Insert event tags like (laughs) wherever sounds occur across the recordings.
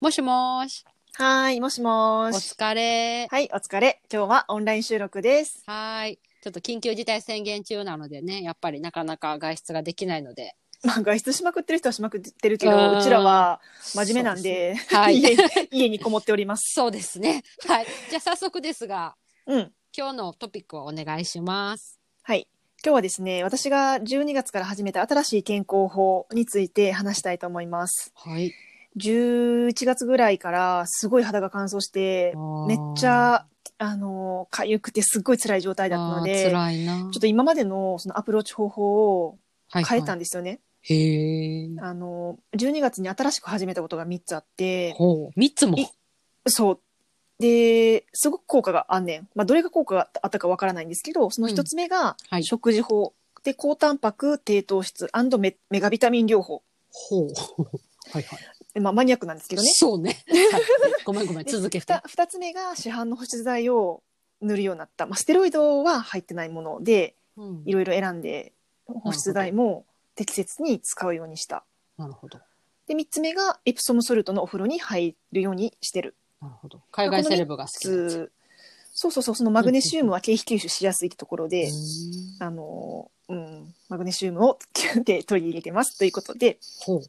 もしもーし、はーい、もしおもーし。疲れ。はい、お疲れ。今日はオンライン収録です。はーい。ちょっと緊急事態宣言中なのでね、やっぱりなかなか外出ができないので。まあ、外出しまくってる人はしまくってるけあーど、うちらは真面目なんで、はい。家 (laughs) 家にこもっております。そうですね。はい。じゃあ早速ですが、うん。今日のトピックをお願いします。はい。今日はですね、私が12月から始めた新しい健康法について話したいと思います。はい。 11月ぐらいからすごい肌が乾燥して、めっちゃ、あの、痒くてすっごい辛い状態だったので、辛いな。ちょっと今までのそのアプローチ方法をと変えたんでですよね。す。へーあの12月に新しく始めたことが3つあってほう。三つも。いそうですごく効果があんねん、まあ、どれが効果があったかわからないんですけどその1つ目がはい。食事法、で高タンパク低糖質メメガビタミン療法、 (laughs) ほう。はいはい。でまあ、マニアックなんですけどねそうね。 (laughs) はいごめんごめん。で続けふて。た 2, つ目が市販の保湿剤を塗るようになった、まあ、ステロイドは入ってないものでうんいろいろ選んで保湿剤も適切に使うようにしたなるほど。で3つ目がエプソムソルトのお風呂に入るようにしてるなるほど。海外セレブが好きなやつ。そうそうそうそのマグネシウムは経費吸収しやすいところで、うんあのうん、マグネシウムをで取り入れてますということでほう。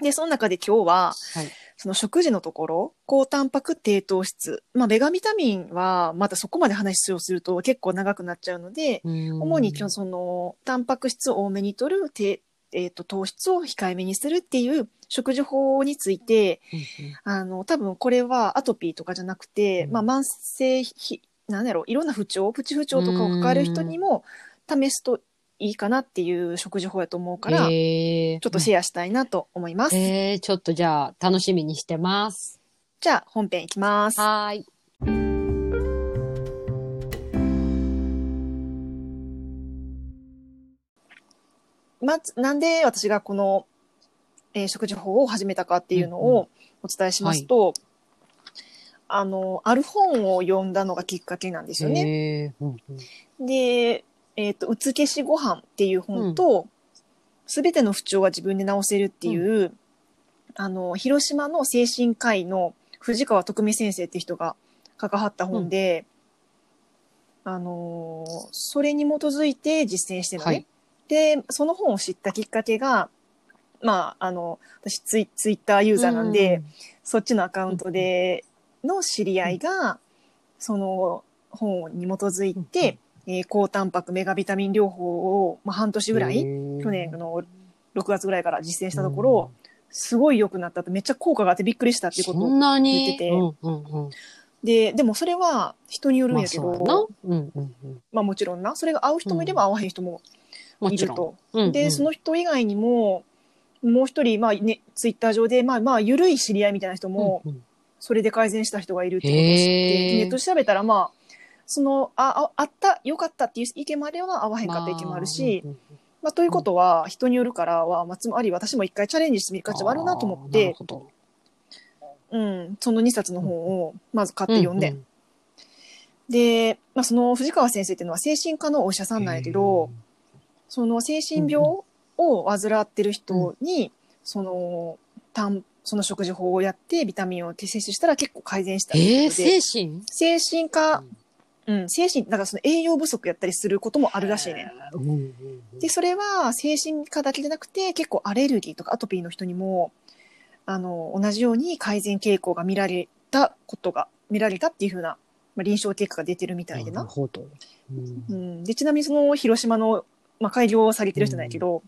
でその中で今日は、はいその食事のところ高タンパク低糖質、まあ、ベガビタミンはまたそこまで話をすると結構長くなっちゃうので、主に今日そのタンパク質を多めに取る低、えー、と糖質を控えめにするっていう食事法について、うんうんあの、多分これはアトピーとかじゃなくて、うんまあ慢性ひ、なんだろう、いろんな不調、プチ不調とかを抱える人にも試すといいかなっていう食事法やと思うから、ちえーょっとシェアしたいなと思います。えーちょっとじゃあ楽しみにしてます。じゃあ本編いきます。ははーい。まず、なんで私がこの、えー食事法を始めたかっていうのをお伝えしますと、あの、ある本を読んだのがきっかけなんですよね。えーうんうんで、えっ、と、うつけしご飯っていう本と、すべての不調は自分で治せるっていう、あの、広島の精神科医の藤川徳美先生って人が関わった本で、あのーそれに基づいて実践してるのね。はいで、その本を知ったきっかけが、まあ、あの、私ツイ、ツイッターユーザーなんで、そっちのアカウントでの知り合いが、その本に基づいうん、て、えー高タンパクメガビタミン療法を、まあ、半年ぐらい、去去年の6月ぐらいから実践したところ、すごい良くなったってめっちゃ効果があってびっくりしたっていうこそとんなに言っててうんうんうんででもそれは人によるんまあやけど、そうまやあ、なうんうんうんもちろんなそれが合う人もいれば合わへん人ももいちるろんと、うんうんでその人以外にももう一人、まあね、ツイッター上でまあまあ緩い知り合いみたいな人もうんうんそれで改善した人がいるってことを知って、へーネットで調べたらまあそのあああった良かったっていう意見もあれば合わへんかった意見もあるし、まあうんうんまあ、ということは、人によるからは、まあ、つまり私も一回チャレンジしてみる価値はあるなと思っあーなるて、ほどうん、その2冊の本をまず買って読んで、ううで、まあ、その藤川先生っていうのは精神科のお医者さんなんやけど、その精神病を患ってる人に、そのたんその食事法をやってビタミンを摂取したら結構改善したへっていーえうーことで、精神精神科、うん、精神、だからその栄養不足やったりすることもあるらしいね。うんうんうんでそれは精神科だけじゃなくて結構アレルギーとかアトピーの人にもあの同じように改善傾向が見られたことが見られたっていうふうな、まあ、臨床結果が出てるみたいでなるな、ほどうんうん、でちなみにその広島の、まあ、開業されてる人なんやけど、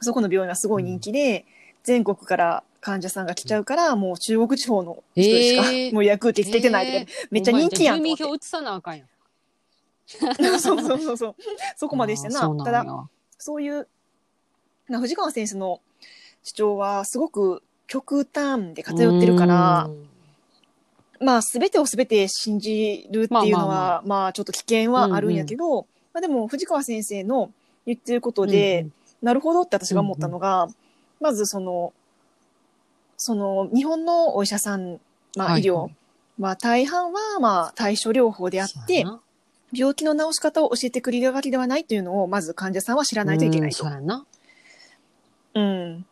そこの病院はすごい人気で、全国から患者さんが来ちゃうから、もう中国地方の人しか、えーもう予約受け付けてないとか、えーめっちゃ人気やんおと前思じゃあ住民って票移さなあかんやんこ (laughs) そうそうそうそうそこまでしてなただそういう、な藤川先生の主張はすごく極端で偏ってるから、まあ全てを全て信じるっていうまのは、まああまちょっと危険はあるんやけど、まあでも藤川先生の言ってることで、なるほどって私が思ったのが、まずその、その日本のお医者さん、まあ医療、まあ大半はまあ対処療法であって、病気の治し方を教えてくれるわけではないというのを、まず患者さんは知ららないといけないとそう。やなうん、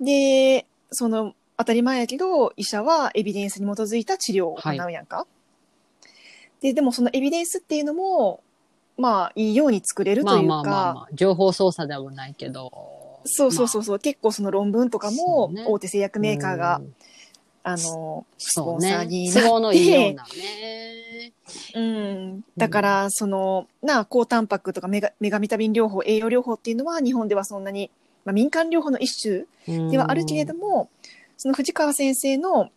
でその当たり前やけど医者はエビデンスに基づいた治療を行うやんか。ででもそのエビデンスっていうのもまあいいように作れるとまあいうか、まあまあまあ情報操作でもないけどそうそうそうそう、結構その論文とかそもうね大手製薬メーカーが、うんあのスそポうンサーねになって都合のいいようなねうん、だからそのなあ高タンパクとかメガメガビタミン療法栄養療法っていうのは日本ではそんなに、まあ、民間療法の一種ではあるけれども、その藤川先生の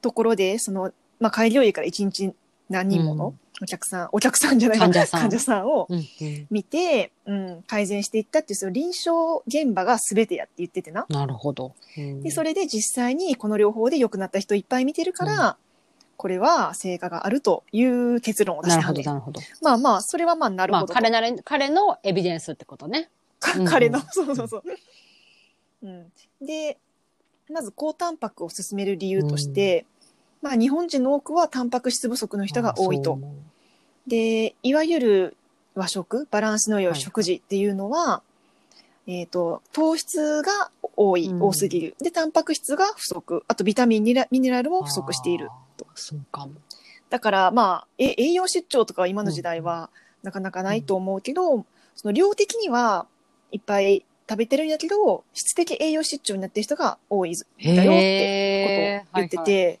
ところでその、まあ、開業医から一日何人ものお客さん、お客さんじゃない患者さん患者さんをうん、うん見て、うん、改善していったっていうその臨床現場が全てやって言っててな。なるほど、うんでそれで実際にこの療法で良くなった人いっぱい見てるから、これは成果があるという結論を出なしるほたわどけなるほどまあまあそれはまあなるまほあどと、彼なれ彼のエビデンスってことねかうんうん彼の (laughs) そうそうそう、うん、でまず高タンパクを勧める理由として、まあ、日本人の多くはタンパク質不足の人が多いあと。そうでいわゆる和食バランスの良はいい食事っていうのは、えー、と糖質が多い、うん多すぎるでタンパク質が不足あとビタミンミネラミネラルも不足しているとあーそうかもだからまあえ栄養失調とかは今の時代はなかなかないと思うけど、その量的にはいっぱい食べてるんやけど質的栄養失調になってる人が多いんだよってへー言ってはいはいて、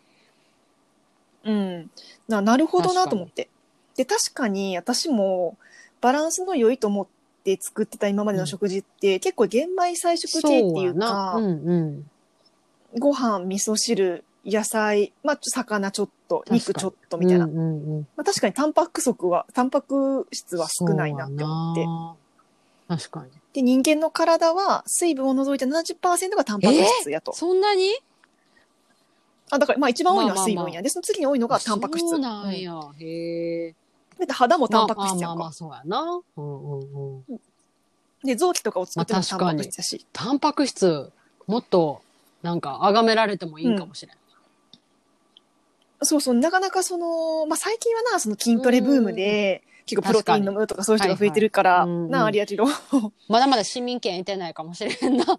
うんななるほどなと思ってで確かに私もバランスの良いと思って作ってた今までの食事って、結構玄米菜食系っていうそやなかうんうんご飯味噌汁野菜、まあ、魚ちょっとかに肉ちょっとみたいなうんうんうん、まあ、確かにタンパク足はタンパク質は少ないなって思ってって。確かに。で人間の体は水分を除いて70%がタンパク質やと、そんなにあだからまあ一番多いのまはあまあ水分や、まあでその次に多いのがタンパク質そうだなんや。へえ。って肌もタンパク質やんまか、あまあまあまあ、そうやな。うんうんうん。で臓器とかを作ってるのもまタあ確ンかパにク質やし、タンパク質、もっと、なんか、崇められてもいいかもしれん。そうそうなかなかその、まあ、最近はなその筋トレブームで結構プロテイン飲むとかそういう人が増えてるから、はいはいうんなありやけど、まだまだ市民権得てないかもしれんな。 (laughs)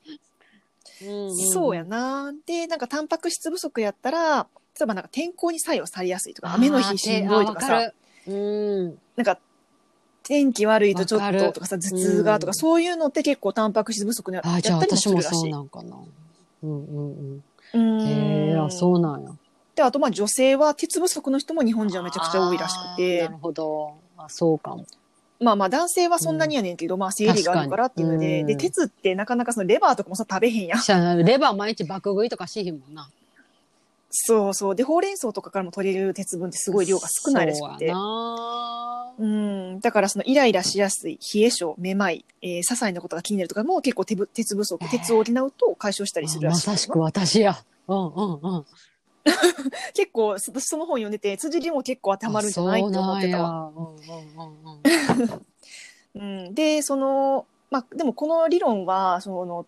うんんそうや。なでなんかタンパク質不足やったら例えばなんか天候に作用されやすいとか雨の日しんどいとかさあー。手あーわかるなんか天気悪いとちょわっかるととかさ頭痛がとうんかそういうのって結構タンパク質不足にうん。あやー、っじゃあたりも私するもらしそうい。なんかな。うんうんううん。へえ、んあ、そうなんや。であとまあ女性は鉄不足の人も日本人はめちゃくちゃ多いらしくあーなてるほど。あ、そうかも。まあまあ男性はそんなにやねんけど、まあ生理があるからっていうの確かにでうんで鉄ってなかなかそのレバーとかもさ食べ (laughs) へんやん (laughs) しゃあないレバー毎日爆食いとかしひんもんな。そうそうでほうれん草とかからも取れる鉄分ってすごい量が少ないらしくそうやてなうんだからそのイライラしやすい冷え性めまい、えー、些細なことが気になるとかも結構手ぶ鉄不足鉄を補うと解消したりするあらましいさしく私や。うんうんうん。結構そ私その本読んでて辻理も結構当てはまるんじゃないって思ってたわ。あそうなんやうんうんうんうん。うん、でその、まあ、でもこの理論はその、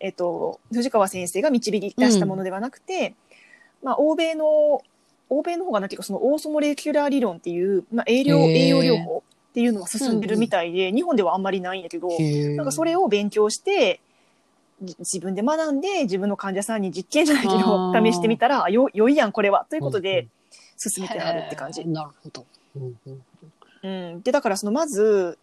えっと藤川先生が導き出したものではなくて、まあ、欧米の欧米の方がな結構そのオーソモレキュラー理論っていう、まあ、栄養へー栄養療法っていうのが進んでるみたいで、日本ではあんまりないんやけど、へーなんかそれを勉強してじ自分で学んで自分の患者さんに実験じゃないけどあー試してみたらあよよいやんこれはということで進めてあるって感じへー。なるほど。うんうんうん、でだからそのまず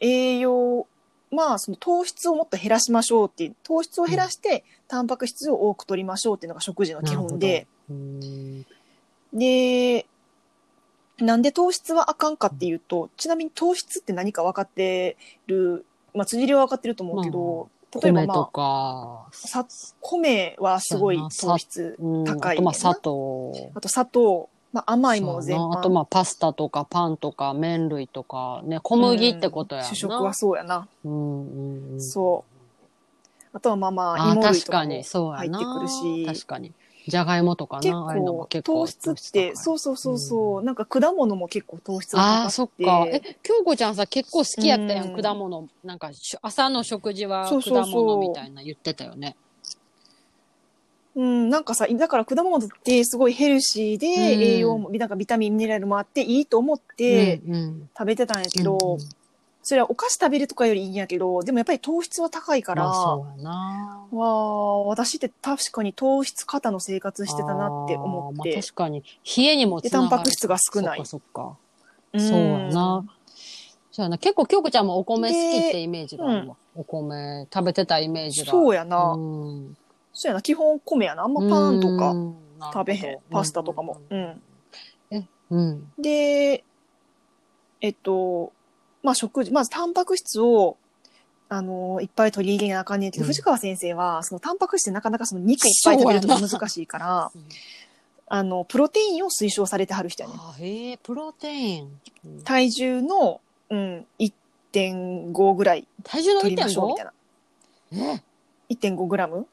栄養まあその糖質をもっと減らしましょうっていう糖質を減らしてタンパク質を多く取りましょうっていうのが食事の基本で、うんでなんで糖質はあかんかっていうとちなみに糖質って何か分かってるまあ辻りは分かってると思うけど、例えば米まとか、あさ米はすごい糖質うん高あいとまあよな砂糖。あと砂糖、まあ、甘いもの全そうや般なあとまあパスタとかパンとか麺類とかね、小麦ってことやな。主食はそうやなうんうんうん。そうあとはまあまああー芋類確とかかもにそうやな入ってくるし確かにじゃがいもとか結なああいうのも構結構糖質って糖そうそうそうそう、うなんか果物も結構糖質がああー高そっくてかえ京子ちゃんさ結構好きやったやん、うん果物なんかし朝の食事はそうそう果そう物みたいな言ってたよねうんなんかさだから果物ってすごいヘルシーで、うん栄養もなんかビタミンミネラルもあっていいと思ってうんうん食べてたんやけど、うんうんそれはお菓子食べるとかよりいいんやけどでもやっぱり糖質は高いから、まあそうやな。わあ私って確かに糖質過多の生活してたなって思っあーまてあ、確かに冷えにもでつタなンがパるク質が少ないそっかんそっかそうやなそうやな結構京子ちゃんもお米好きってイメージがあるわ、お米食べてたイメージがそううやな、んそうやな基本米やなあんまパンとうかんなるほど食べへんパスタとかも、うん、うんでえっとまあ食事まずタンパク質をあのいっぱい取り入れなあかんねんけど、うん藤川先生はそのタンパク質ってなかなかその肉いっぱい食べるとか難しいからうんあのプロテインを推奨されてはる人やねんあへえプロテインうん体重の、うん、1.5ぐらい体重の取りましょうみたいな 1.5? 1.5グラム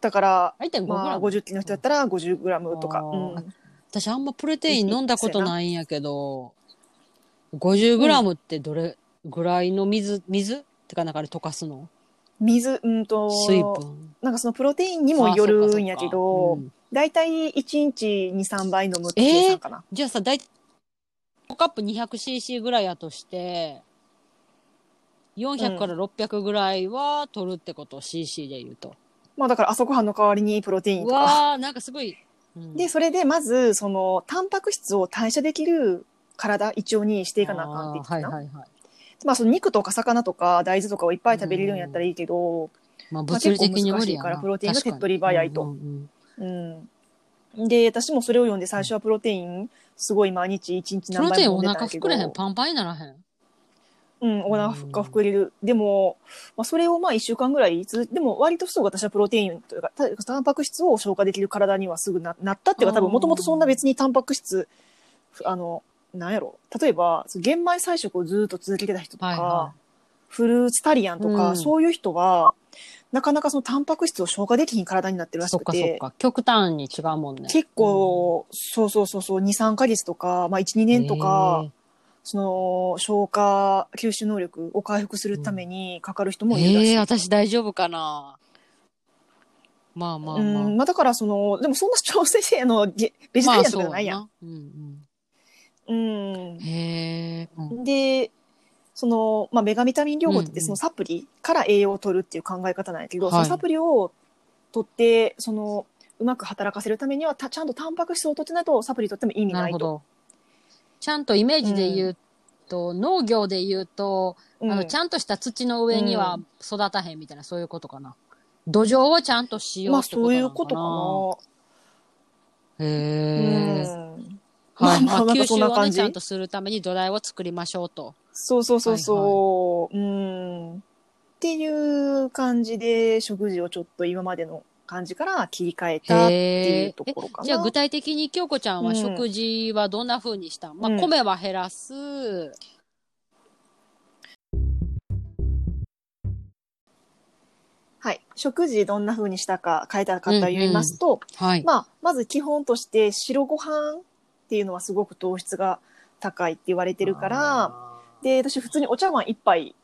だからえ1.5グまラあム50キロの人だったら50グラムとか、あうんー私あんまプロテイン飲んだことないんやけど、50グラムってどれぐらいの水、水ってかなんかで溶かすの水うんと水分。なんかそのプロテインにもよるんやけあそうかそうかどうん大体1日23杯飲むってえー計算かな、じゃあさ、大体、5カップ 200cc ぐらいやとして、400から600ぐらいは取るってこと、cc で言うと。まあだから朝ごはんの代わりにプロテインうとかわー、なんかすごい。うんでそれでまずそのタンパク質を代謝できる体胃腸にしていかなあかんって言ってたあーな、はいはいはい。まあその肉とか魚とか大豆とかをいっぱい食べれるようになったらいいけど、まあ物理的に無理やなまあ結構難しいからプロテインが手っ取り確かに早いとうんうんうんで私もそれを読んで最初はプロテインすごい毎日1日プ何ロテ杯インも飲おんでたん腹やけ膨どれへんパンパンにならへんうん、お腹が膨れる。でも、まあ、それをまあ一週間ぐらい続でも割とそう私はプロテインというか、たタンパク質を消化できる体にはすぐななったっていうか、多あ分ーもともとそんな別にタンパク質、ふあの、なんやろ。例えば、そう玄米菜食をずっと続けてた人とか、はいはフルーツタリアンとか、うんそういう人は、なかなかそのタンパク質を消化できひん体になってるいらそっしく、かそってか極端に違うもんね結構、そうそうそうそう、2、3ヶ月とか、まあ1、2年とか、その消化吸収能力を回復するためにかかる人えもいるらしえい。ー私大丈夫かなまあまあまあ、うんまあ、だからそのでもそんな (laughs) 調整性のゲベジタまあリアンとかじゃそうないやん。なうんうんうん、へえ、うんでその、まあ、メガビタミン療法っうんうてんそのサプリから栄養を取るっていう考え方なんやけど、はいそのサプリを取ってそのうまく働かせるためにはたちゃんとタンパク質を取ってないとサプリ取っても意味ななるいほと。どちゃんとイメージで言うと、農業で言うと、うんあのちゃんとした土の上にはう育たへんみたいなそういうことかな土壌をちゃんとしようまあってそういうことかとかなな。へえ、うんはい、まあまあまあなん吸かそん収なを感ねじちゃんとするために土台を作りましょうと。そうそうそうそう。うん。っていう感じで、食事をちょっと今までの感じから切り替えたっていへうえところかな。じゃあ具体的に京子ちゃんうはん食事はどんな風にした、ん、まうんあ米は減らす、はい。食事どんな風にしたか変えたかと言いますと、はい、まあ、まず基本として白ご飯っていうのはすごく糖質が高いって言われてるから、で、私普通にお茶碗一杯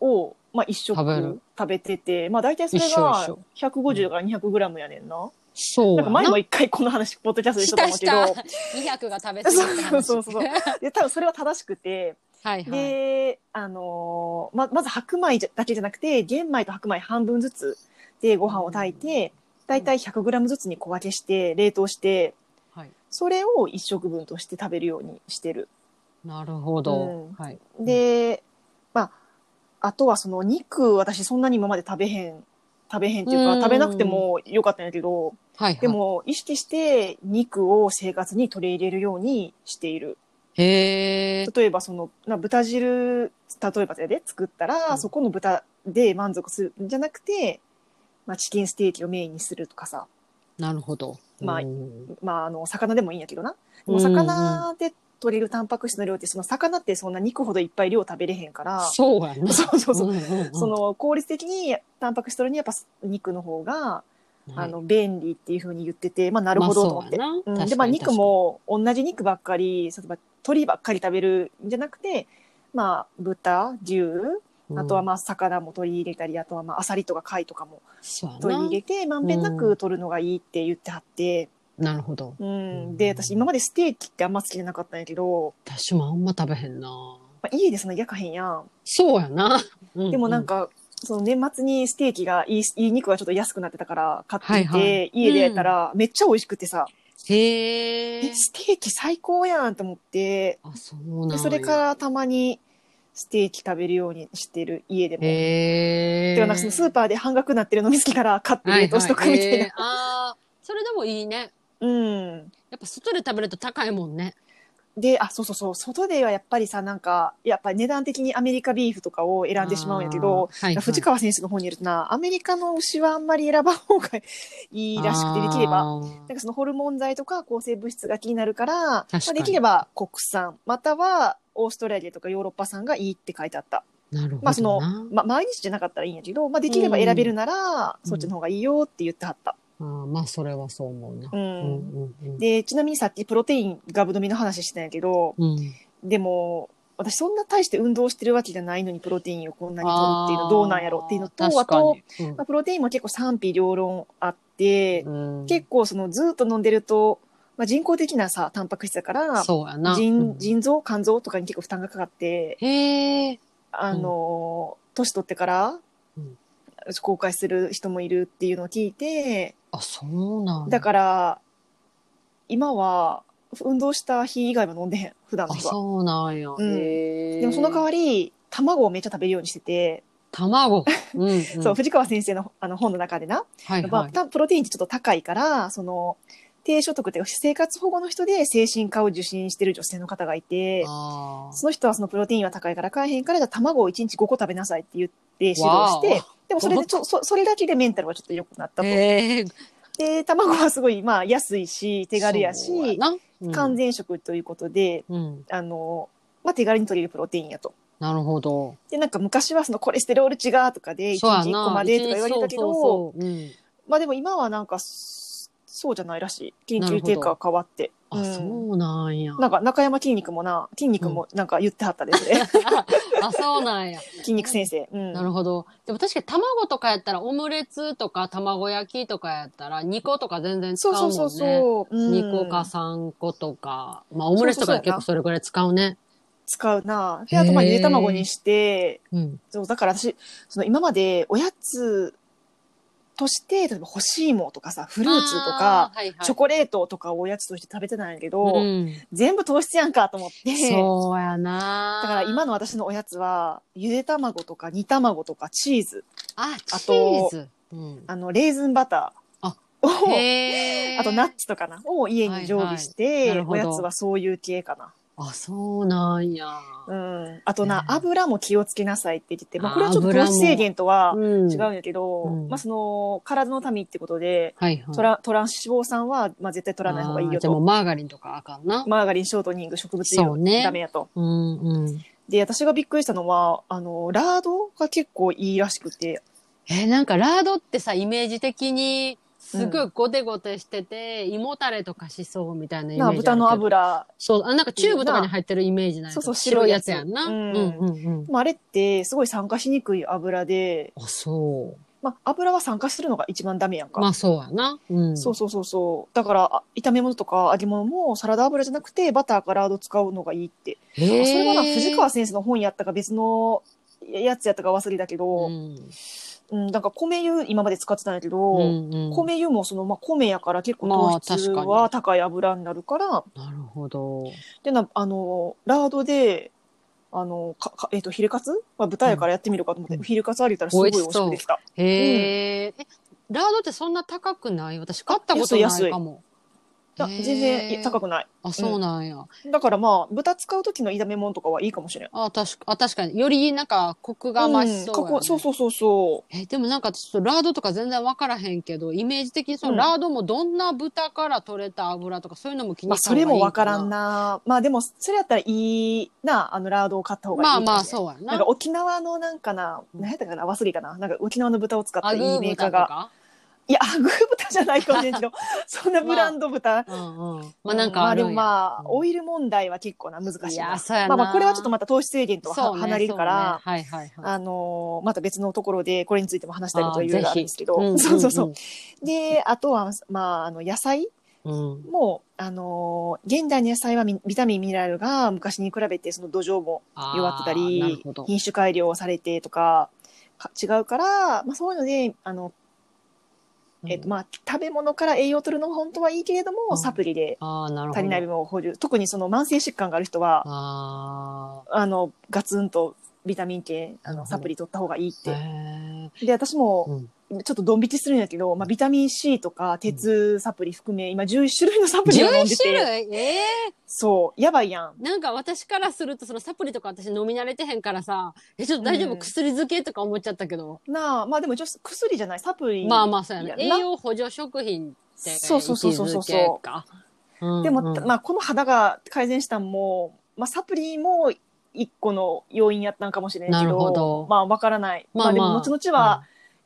を、まあ一食食べる食べてて、まあ大体それ一緒が一緒150から200グラムやねんな。そうなやんなか前も一回この話、ポッドキャストでししたとた思うしけたど、 200が食べ過ぎって話そうそうそうで多分それは正しくて、はいはいで、あのーままず白米じゃだけじゃなくて玄米と白米半分ずつでご飯を炊いて、だいたい 100g ずつに小分けして冷凍してはいそれを1食分として食べるようにしてる。なるほど、うんはいで、まあ、あとはその肉私そんなに今まで食べへん食べへんっていうか、うん食べなくてもよかったんやけどはいはいでも意識して肉を生活に取り入れるようにしている。へえ例えばそのな豚汁例えばで作ったら、うんそこの豚で満足するんじゃなくて、まあ、チキンステーキをメインにするとかさ、なるほどまあうんまあ、あの魚でもいいんやけどなでうもんうん魚で取れるタンパク質の量ってその魚ってそんな肉ほどいっぱい量食べれへんからそうやなそうそうそう、んんんその効率的にタンパク質取るにはやっぱ肉の方が、はいあの便利っていうふうに言ってて、まあ、なるほどと思って。まあそうやなうん、で確まかあに肉も同じ肉ばっかり例えば鶏ばっかり食べるんじゃなくてまあ豚牛あとはまあ魚も取り入れたりあとはまあアサリとか貝とかもそうやな取り入れてまんべんなく取るのがいいって言ってはって、なるほどうんうんで私今までステーキってあんま好きじゃなかったんやけど私もあんま食べへんなまあ、家でそんな焼かへんやん。そうやな。でもなんか、か、その年末にステーキがいい、いい肉がちょっと安くなってたから買っていて、はいは家でやったらめっちゃ美味しくてさ、へええ、。ステーキ最高やんと思って、あ、そうなんでやそれからたまにステーキ食べるようにしてる家でも。へえ。てかなんかそのスーパーで半額になってるの見つけから買って冷凍しとくみたはいな。はへーああ、それでもいいね。うん。やっぱ外で食べると高いもんね。で、あ、そうそうそう、外ではやっぱりさ、なんか、やっぱり値段的にアメリカビーフとかを選んでしまうんやけど、あー、はいはい藤川選手の方によるとな、アメリカの牛はあんまり選ばん方がいいらしくて、できれば、あー。なんかそのホルモン剤とか抗生物質が気になるから、ま確かあ、にできれば国産、またはオーストラリアとかヨーロッパ産がいいって書いてあった。なるほどな。まあそのまあ、毎日じゃなかったらいいんやけど、まあ、できれば選べるなら、うんそっちの方がいいよって言ってはった。あーまあそれはそう思うな。う。うんんうんで、ちなみにさっきプロテインガブ飲みの話してたんやけど、うん。でも、私そんな大して運動してるわけじゃないのにプロテインをこんなに取るっていうのはどうなんやろっていうのと、あ確かとに、、うんまあ、プロテインも結構賛否両論あって、うん結構そのずっと飲んでると、まあ、人工的なさ、タンパク質だから、そうやな。腎腎臓、肝臓とかに結構負担がかかって、うんへえ。あのー、年取ってからうん、後悔する人もいるっていうのを聞いて、あ、そうなんだから、今は、運動した日以外は飲んでへん、普段のあ、日は。そうなんや。んへえ。でもその代わり、卵をめっちゃ食べるようにしてて、卵。うんん。 (laughs) そう、藤川先生のあの本の中でな、はいまあはい。たプロテインってちょっと高いから、その、低所得というか生活保護の人で精神科を受診してる女性の方がいて、あーその人はそのプロテインは高いから買えへんから、じゃあ卵を1日5個食べなさいって言って指導してわ、でもそれで (laughs) ちょそ、それだけでメンタルはちょっと良くなったと。へえ。で、卵はすごい、まあ、安いし、手軽やそうし、なうん完全食ということで、うん。あの、まあ、手軽に取れるプロテインやと。なるほど。で、なんか昔はそのコレステロール値がとかで、1そうやな。日1個までとか言われたけど、そうそうそううんまあでも今はなんか、そそうじゃないらしい。な研る究ほど結果が変わって。あ、うんそうなんや。なんか中山筋肉もな、筋肉もなんか言ってはったで (laughs) すね。あ、そうなんや。筋肉先生。うん。なるほど。でも確かに卵とかやったら、オムレツとか卵焼きとかやったら、2個とか全然使そううもんそうね。そうそう。うん2個か3個とか。まあ、オムレツとかで結構それぐらい使うね。使うな。で、へーあとまあゆで卵にして、うん。そう、だから私、その今までおやつとして、例えば干し芋とかさ、フルーツとかあ、ー、はいはいチョコレートとかをおやつとして食べてないんやけど、うん全部糖質やんかと思って。そうやなだから今の私のおやつは、ゆで卵とか煮卵とかチーズ、あ、チあとーズ。うんあの、レーズンバターあを、へーあとナッツとかな、を家に常備して、はいはいなるほおどやつはそういう系かな。あ、そうなんや。うん。あとな、へー油も気をつけなさいって言ってて、まああこれはちょっと糖質制限とはうん違うんやけど、うんまあその、体のためにってことで、はいはい。トラトラン脂肪酸は、まあ絶対取らない方がいいあよーじゃあもうと。マーガリンとかあかんな。マーガリン、ショートニング、植物油、そうねダメやと。うんうん。で、私がびっくりしたのは、あの、ラードが結構いいらしくて、えーなんかラードってさ、イメージ的に、すごいゴテゴテしてて、胃もたれとかしそうみたいなイメーなジあるあけど。豚の油そう、あなんかチューブとかに入ってるイメージなんやけどそうそう白いやつやんな。う白んいやうつんうん。まあ、あれってすごい酸化しにくい油で、あ、そまあ、油は酸化するのが一番ダメやんう。か。まあそうやな。うん。そうそうそうそう。だから、あ炒め物とか揚げ物もサラダ油じゃなくてバターかラード使うのがいいって。へーうあん。それはな、藤川先生の本やったか別のやつやったか忘れだけど、うん、なんか米油今まで使ってたんやけど、うんうん米油もその、まあ、米やから結構まあ糖質確かには高い油になるから、なるほど。でな、あの、ラードで、あの、かかえっ、と、ヒレカツまあ、豚やからやってみるかと思って、うんヒレカツありたらすごい美味しくできた。へえ、え、ラードってそんな高くない私買ったことないかも。いや全然く高くない。あ、そうなんや。だからまあ、豚使う時の炒め物とかはいいかもしれん。あ、確か、あ、確かに。よりなんかコクが増しそうやね、うんここそうそうそうそえ、でもなんかちょっとラードとか全然わからへんけど、イメージ的にそうんのラードもどんな豚から取れた油とかそういうのも気う。にまあ、それもわからんな。な。まあ、でも、それやったらいいな、あの、ラードを買った方がいいまかあもしれん。まあ、そうやな。なんか沖縄のなんかな、何やったかな、忘れかな。なんか沖縄の豚を使ったアいグいーメーカ豚ーとが。か。いや、アグー豚じゃないかもしれん (laughs) けど、そんなブランド豚。うんうん。まあなんかあるんうや。んまあでもまあ、うんオイル問題は結構な難しいいなや、そうやまな。あまあこれはちょっとまた糖質制限とはそうね離れるから、そうねはいはいはい。あのーまた別のところでこれについても話したいことはいろいろあるんですけど、んんんそうそうそう。であとはまああの野菜うん。もう、あのー現代の野菜はみビタミン、ミネラルが昔に比べてその土壌もあー弱ってたなるりほど、品種改良をされてとか、か違うから、まあ、そういうので、あの、えっと、まあ、食べ物から栄養を取るのは本当はいいけれどうも、んサプリでああ、なるほど。足りない部分を補充。特にその慢性疾患がある人は、ああの、ガツンとビタミン系、あなるほの、どサプリ取った方がいいっあ。へて。え。で、私も、うんちょっとドン引きするんやけど、まあ、ビタミン C とか鉄サプリ含め、今11種類のサプリを飲ん11種でて、類ええそう、やばいやん。なんか私からするとそのサプリとか私飲み慣れてへんからさえちょっと大丈夫、うん薬漬けとか思っちゃったけど、なあ、まあでも一応薬じゃない、サプリ。まあまあそうやね栄いやな養補助食品ってそうそうそうそうそ位う置づけかうんうんでも、まあこの肌が改善したんも、まあサプリも一個の要因やったんかもしれないけなるほど、どまあわからない。まあ、でも後々は、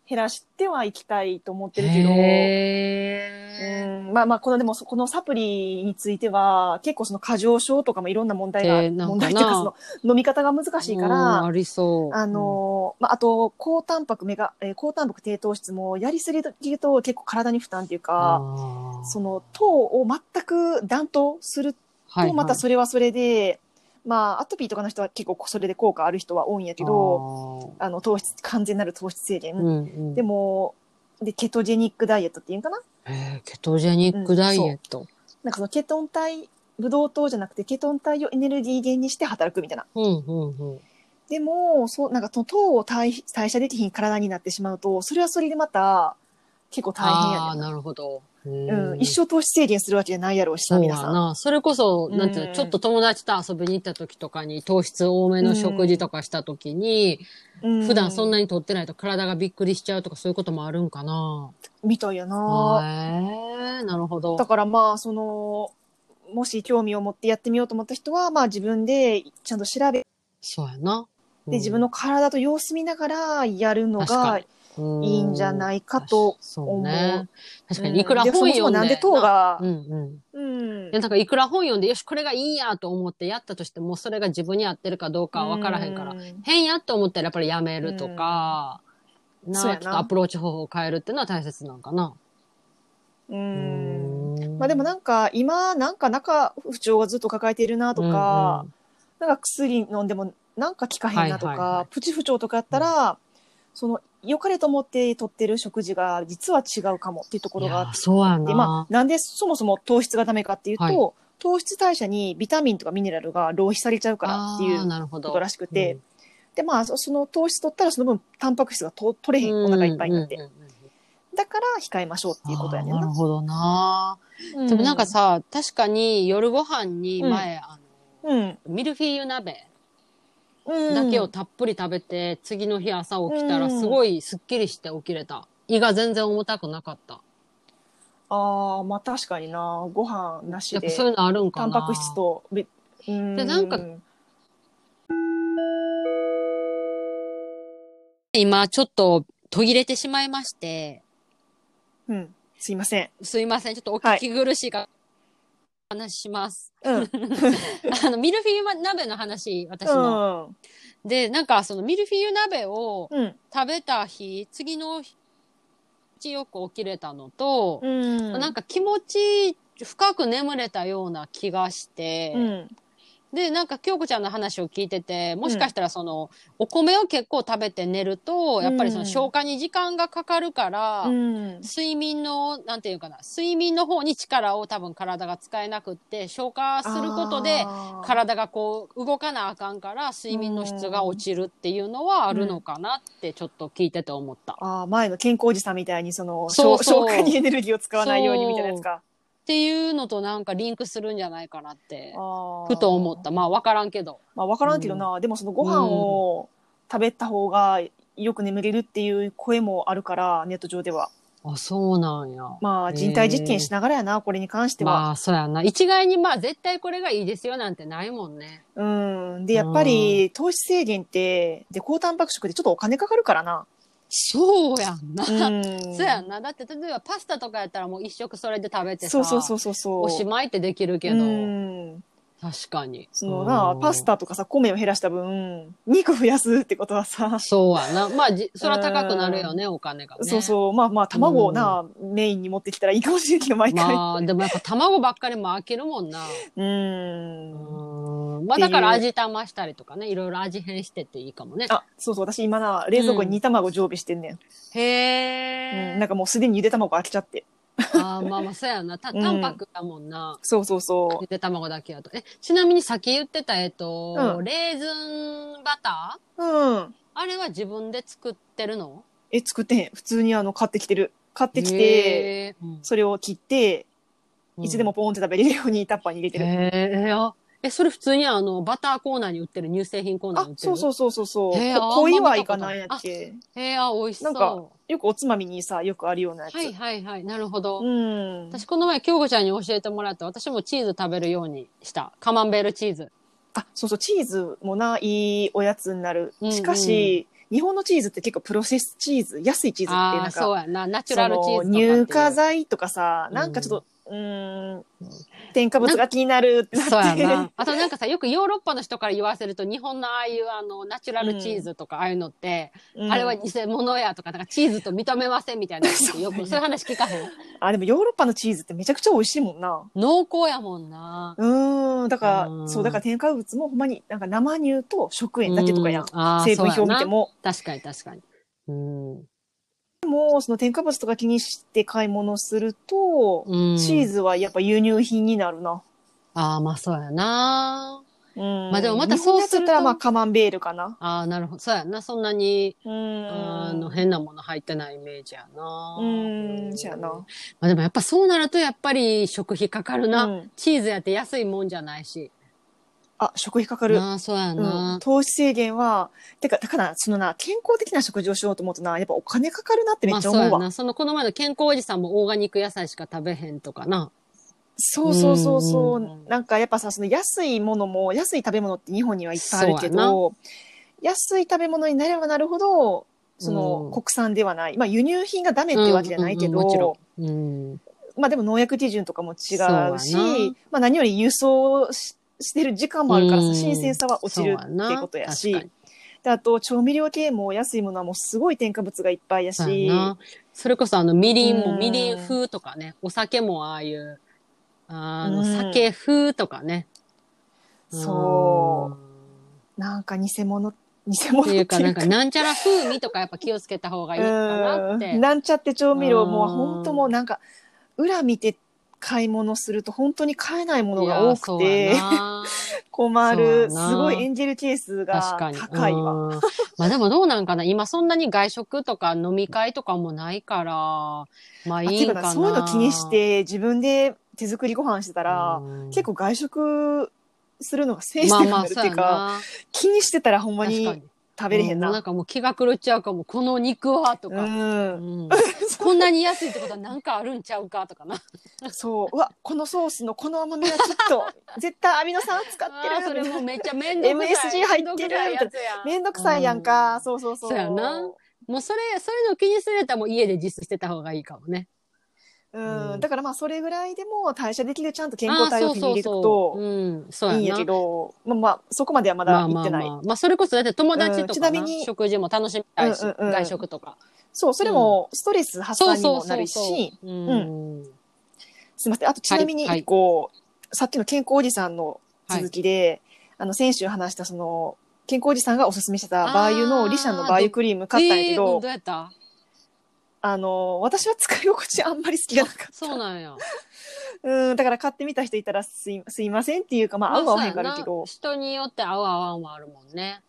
減らしてはいきたいと思ってるけど、へうん、まあまあ、このでも、そこのサプリについては、結構その過剰症とかもいろんな問題が、えーなんかな問題っていうかその飲み方が難しいかうんあら、りそうあのーまあ、あと、高タンパクメガ、えー高タンパク低糖質もやりすぎると結構体に負担っていううんか、あーその糖を全く断糖するはいはと、いまたそれはそれで、まあ、アトピーとかの人は結構それで効果ある人は多いんやけど、あの、糖質、完全なる糖質制あー限。うんうんでも、で、ケトジェニックダイエットっていうんかなえーケトジェニックダイエット、なんかそのケトン体、ブドウ糖じゃなくてケトン体をエネルギー源にして働くみたいな。うんうんうんでも、そう、なんかその糖を代代謝できひん体になってしまうと、それはそれでまた結構大変ああやね。なるほど、うんうん。一生糖質制限するわけじゃないやろうしそな、う皆やさん。な。それこそ、うんなんていうの、ちょっと友達と遊びに行った時とかに、糖質多めの食事とかした時に、うん、普段そんなに。に取ってないと体がびっくりしちゃうとかそういうこともあるんかな。みたいやな。へえ、なるほどだ。からまあ、その、もし興味を持ってやってみようと思った人は、まあ自分でちゃんと調べて、そうやな。うん自分の体と様子見ながらやるの確かがいにうんいんじゃないかと。そうね。確かうに、んいくら本読んで。でそもそもなんで糖がう、んうん。うんいや、なんかいくら本読んで、よし、これがいいやと思ってやったとしても、それが自分に合ってるかどうかわからへんからう、ん変やと思ったらやっぱりやめるとか、なそうやなちょっとアプローチ方法を変えるっていうのは大切なんかな。うんうまあでもなんか今なんか中不調がずっと抱えているなとか、なんか薬飲んでもなんか効かへんなとか、はいはいはいプチ不調とかやったら、その良かれと思って取ってる食事が実は違うかもっていうとこうんうんろいがあやっそうやてな。まあなんでそもそも糖質がダメかっていうと、はい糖質代謝にビタミンとかミネラルが浪費されちゃうからっていあーうなるほどことらしくて、でまあそその糖質取ったらその分タンパク質がと取れへんうんお腹いっぱいになって、うんうんうんうんだから控えましょうっていうことやねんあーなるな。ほどな。でもなんかさ、確かに夜ご飯に前、あのうん、ミルフィーユ鍋うん、だけをたっぷり食べて、次の日朝起きたらうんすごいすっきりして起きれた。胃が全然重たくなかった。ああ、まあ確かにな。ご飯なしやっぱで、そういうのあるんかタな。ンパク質と、で、でななんか今ちょっと途切れてしまいまして、うん、すいません。すいません。ちょっとお聞き苦しいが、話します。 (laughs) うん。うん。あの、ミルフィーユ鍋の話、私の。うで、なんかそのミルフィーユ鍋をん。食べた日、次の日、よく起きれたのと、うん。なんかか、気持ち深く眠れたような気がして、うん。で、なんか京子ちゃんの話を聞いてて、もしかしたらその、お米を結構食べて寝ると、やっぱりその消化に時間がかかるから、うん。睡眠の、なんていうかな、睡眠の方に力を多分体が使えなくって、消化することで、あー、体がこう動かなあかんから睡眠の質が落ちるっていうのはあるのかなってちょっと聞いてて思った。っああ、前の健康おじさんみたいに、その、そうそう消 (laughs) 消化にエネルギーを使わないようにみたいなやつか。ていうのとなんかリンクするんじゃないかなって、ああ。ふと思っ。た。まあわからんけど。まあわからんけどな。でもそのご飯を食べた方がよく眠れるっていう声もあるから、ネット上では。あ、そうなんや。まあ人体実験しながらやな、これに関しては。まあそうやな。一概にまあ絶対これがいいですよなんてないもんね。うん。で、やっぱり、糖質制限って、で、高タンパク食でちょっとお金かかるからな。そうやんな。う (laughs) ん。そうやんな。だって例えばパスタとかやったらもう一食それで食べてさ。そうそうそうそうそう。おしまいってできるけど、うん。確かに。そのな、うんパス。タとかさ、米を減らした分、肉増やすってことはさ、そうやな。まあ、じそれは高くなるよね、お金がね。そうそう、まあまあ、卵をな、メインに持ってきたらいいかもしれんけど、毎回。まあ、でもやっぱ卵ばっかりも飽きるもんな。う。うんん。まあ、だから味玉したりとかね、いろいろ味変してっていいかもね。あ、そうそう、私今な、冷蔵庫に煮卵常備してんねん。へうんえ。なんかもうすでにゆで卵飽きちゃって。ああ、まあまあ、そうやな。た、うんタンパクだもんな。そうそうそゆで卵だけやと。え、ちなみにさっき言ってた、えっと、うんレーズンバターう。うん。あれは自分で作ってるのえ、作ってへん。普通にあの、買ってきてる。買ってきて、、へーうんそれを切って、うんいつでもポンって食べれるようにタッパーに入れてる。へえ、あえ、それ普通にあの、バターコーナーに売ってる乳製品コーナーあに売っ、てるそうそうそうそうそう。へーあんまこ恋はい見たかことなないいやっけ。う。へえ、あ、美味しそう。なんかよくおつまみにさ、よくあるようなやつ。はいはいはい。なるほど。うん。私この前、京子ちゃんに教えてもらった、私もチーズ食べるようにした。カマンベールチーズ。あ、そうそう、チーズもないいおやつになるうんう。んしかし、日本のチーズって結構プロセスチーズ、安いチーズってあなあ、んかそ、うやな。ナチュそラルチーのズとかっていう。乳化剤とかさ、なんかちょっと、うーん、添加物が気になるってそうなやって。な。あとなんかさ、よくヨーロッパの人から言わせると、日本のああいうあの、ナチュラルチーズとか、ああいうのって、 (laughs) うんあれは偽物やとか、なんかチーズと認めませんみたいな。 (laughs) そうよく、そういう話聞かへん。あ、でもヨーロッパのチーズってめちゃくちゃ美味しいもんな。濃厚やもんな。うーん、だかうら、んそう、だから添加物もほんまに、なんか生乳と食塩だけとかやんう。あー成分そうや表見なても。確かに確かに。うん。でも、その添加物とか気にして買い物すると、うん、チー。ズはやっぱ輸入品になるな。ああ、まあそうやな。ままあでもまたそうするとだったらまあカマンベールかな。ああ、なるほど。そうやな。そんなに、うん。あの、変なもの入ってないイメージやな。うん、そうやな。まあでもやっぱそうなるとやっぱり食費かかるな。うんチーズやって安いもんじゃないし。あ、食費かかる。なあ、そうやうんな。、糖質制限は、てか、だから、そのな、健康的な食事をしようと思うとな、やっぱお金かかるなってめまっあちゃそう思やうわ。な。そのこの前の健康おじさんもオーガニック野菜しか食べへんとかな。そうそうそうそうう。んなんかやっぱさ、その安いものも、安い食べ物って日本にはいっぱいあるけど、安い食べ物になればなるほど、その、うん国産ではない。まあ輸入品がダメってわけじゃないけど、うんうんうんもちろん。うん。まあでも農薬基準とかも違うし、そうやなまあ何より輸送ししてる時間もあるからうさ、ん新鮮さは落ちるそうやなってことや確かしに、であと調味料系も安いものはもうすごい添加物がいっぱいやそうし、やな。それこそあの、みりんうもんみりん風とかね。お酒もああいう、あの、うん酒風とかね。。そうう、なんか偽物、偽っ物てっていいううか、なんか、か、 (laughs) なんちゃら風味とかやっぱ気をつけた方がいいかなって。うんなんちゃって調味料もうん本当もうなんか、裏見て買い物すると本当に買えないものいやが多そうくやて、な困る。そすうやなごいエンジェルケース確がかに。 (laughs) 高いわ。うんまあでもどうなんかな今そんなに外食とか飲み会とかもないから、まああいていいんうかかな。な、そういうの気にして自分で手作りご飯してたたら、結構外食するのがセンシティブまあまあになるってそういやうか、な。気にしてたらほんま確かにに。食べれへんうもうな。んかもう気が狂っちゃうかも。この肉はとうか。ん、うん (laughs) こんなに安いってことはなんかあるんちゃうかとかな。そう、うわ、このソースのこの甘みはちょっと、絶対アミノ酸使ってあーそるれもうめっちゃめんどくさい。 MSG 入ってるみたいめなんどくさいやつやんめんどくさいやんか、うんそうそうそう。そうやなもうそれ、そういうの気にするんやったらもう家で自炊してた方がいいかもね。うん、うんだからまあ、それぐらいでも代謝できるちゃんと健あ康あ体を手に入れていくとそうそうそううん、そうやな。いいんやけど、まあまあ、そこまではままだあ行まっあてない。まあ、まあそれこそだって友達うんとちかなな、みに食事も楽しみたいし、うんうんうん外食とか。そう、それもストレス発そう散にそうもそなうるし、そう。うん。すみません。あと、ちなみにはい一個、さっきの健康おじさんの続きで、あの、先週話した、その、健康おじさんがおすすめしてたバー油あのーリシャのバー油クリーム買ったんやけえーど、うんどうやったあの、私は使い心地 (laughs) あんまり好きじゃなかった。そうなんや。うん、だから買ってみた人いたらすいすいませんっていうか、まあ、合う合わへんがまあるけどあ、そうやな人によって合う合わんはあるもんね。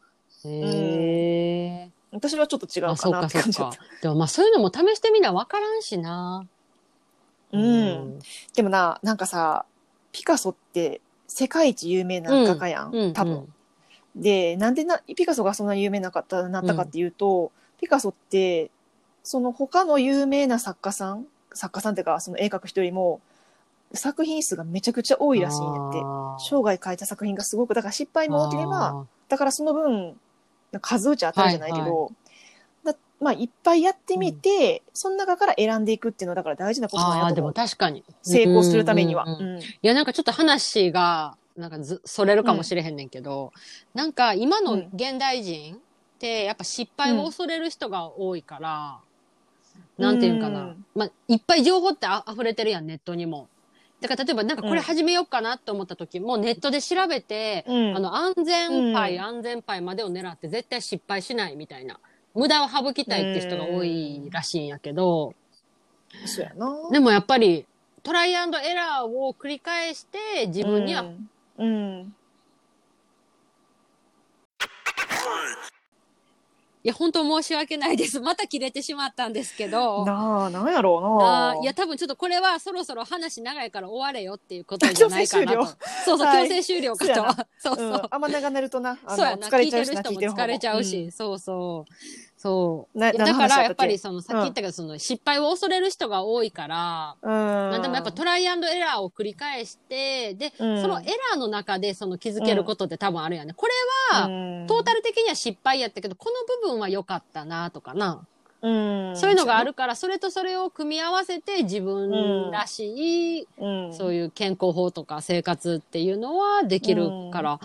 へえ。私はちょっと違あ、うそかうなかそってう感じだっかた。。でもまあそういうのも試してみなわからんしな。うん。でもな、なんかさ、ピカソって世界一有名な画家やん、うん。多分。でなんでなピカソがそんなに有名なかったなったかっていうと、ピカソってその他の有名な作家さん作家さんっていうかその絵描く人よりも作品数がめちゃくちゃ多多いらしいんやって生涯描いた作品がすごくだから失敗も多ければだからその分数打ち当たるじゃないけど、だまあいっぱいやってみて、その中から選んでいくっていうのはだから大事なことなんあーあやー、とで思うも確かに。成功するためには。うんうんうんうんいや、なんかちょっと話が、なんかずそれるかもしれへんねんけど、なんか今の現代人ってやっぱ失敗を恐れる人が多いから、なんていうんかな、うんまあ、いっぱい情報ってあ溢れてるやんネットにも。だから例えばなんかこれ始めようかなと思った時、もうネットで調べて、うんあの安全牌、うん安全牌までを狙って絶対失敗しないみたいな無駄を省きたいって人が多いらしいんやけど。そうやな。でもやっぱりトライアンドエラーを繰り返して自分には、うん、うんいや本当申し訳ないですまた切れてしまったんですけどなあ、なんやろうなあーいや多分ちょっとこれはそろそろ話長いから終われよっていうことじゃないかなと強制そうそう、はい強制終了かそうやとな (laughs) そうそう、うん、あんま長なるとな、あそうやのな疲聞れいちてゃうしるな、人聞いもてる方疲れちゃうし、、そうそうそうないやだ何のか話らだやっったっけぱりそのさっき言ったけど、その失敗を恐れる人が多いから、うん。まなあでもやっぱトライアンドエラーを繰り返してで、うんそのエラーの中でその気づけることって多分あるよね、これは、うんトータル的には失敗やったけど、この部分は良かったなとかな、うん、そういうのがあるから、それとそれを組み合わせて自分らしい、うん、そういいう健康法とか生活っていうのはできるから、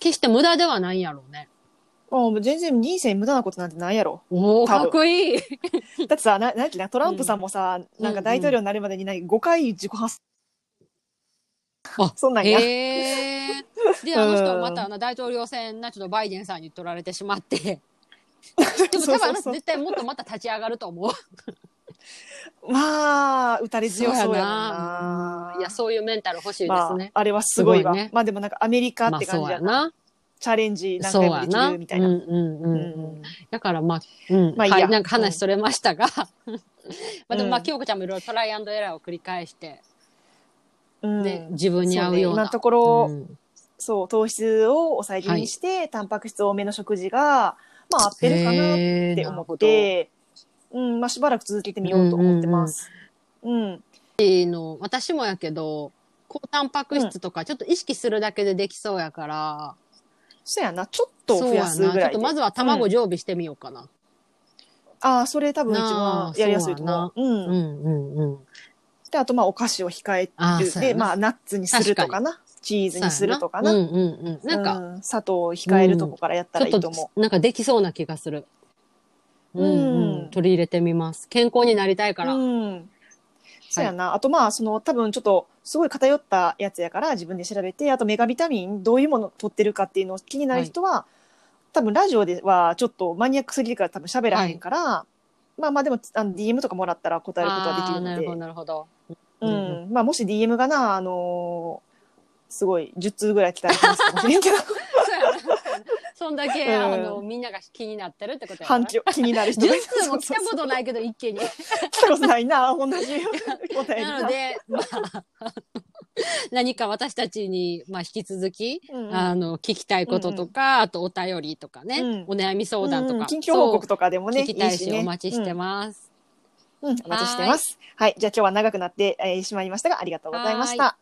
決して無駄ではないんやろうね。うもう全然人生に無駄なことなんてな (laughs) いやろおお、多分かっこいい。だってさななんやっけなトランプさんもさ、んなんか大統領になるまでになんか5回自己発あそんなんや、へえ。で、あの人またあの大統領選な、ちょっとバイデンさんに取られてしま (laughs) って。でも多分あの人そうそうそう絶対もっとまた立ち上がると思う。まあ打たれ強そうやろうんいや、そういうメンタル欲しいですね。まあ、あれはすごいわすごいねまあでもなんかアメリカまあって感そじうややな、な。チャレンジ何そう回もやできな。るみたいなうんうんうんうん。うんだからまあ、うん。まあいいやはい、なんか話それ (laughs) ましたが。まあでもまあ、うん京子ちゃんもいろいろトライアンドエラーを繰り返して、うんね、自分に合うようそね今な。のところ、うんそう糖質を抑え気味にして、タンパク質多めの食事がまあ合ってるかなって思っ。へーて、うんまあ、しばらく続けてみようと思ってます。うん私の私もやけど、高タンパク質とかちょっと意識するだけでできそうやから、そうやなちょっと増やすそうぐやな。らちょっいとでまずは卵常備してみようかな。ああそれ多分一番やりやすいとなあ思う。ううんんうんうん。であとまあお菓子を控えあーるそうやでなまあナッツにするとかなチーズにするとかなそうやうんうんうん。なんか、うん砂糖を控えるとこからやったらいいと思なんかできそうな気がする。ううんん、。うん、取り入れてみます。健康になりたいうから。うんそうやな、あとまあその多分ちょっとすごい偏ったやつやから自分で調べてあとメガビタミンどういうもの取ってるかっていうのを気になる人は、多分ラジオではちょっとマニアックすぎるから多分喋らへんから、まあまあでもあの DM とかもらったら答えることはできあるーなのるでほど、なるほど。うんまあ、もし DM がな、あのーすごい10通ぐらい来たら話すかもしれんけどそうやな。そんだけ、うんあの、みんなが気になってるってことやな。反響気になる人10が通も来たことないけど、一気 (laughs) に。そうそう来たことないな同 (laughs) じ答えになので、まあ、 (laughs) 何か私たちに、まあ、引き続き、うんうんあの、聞きたいこととか、あとお便りとかね、うんお悩み相談とうんか、近況報告とかでもそうね聞きたいいし、いしねお待ちしてます。うん、お待ちしてますはいじゃあ今日は長くなって、えーしまいましたがありがとうございました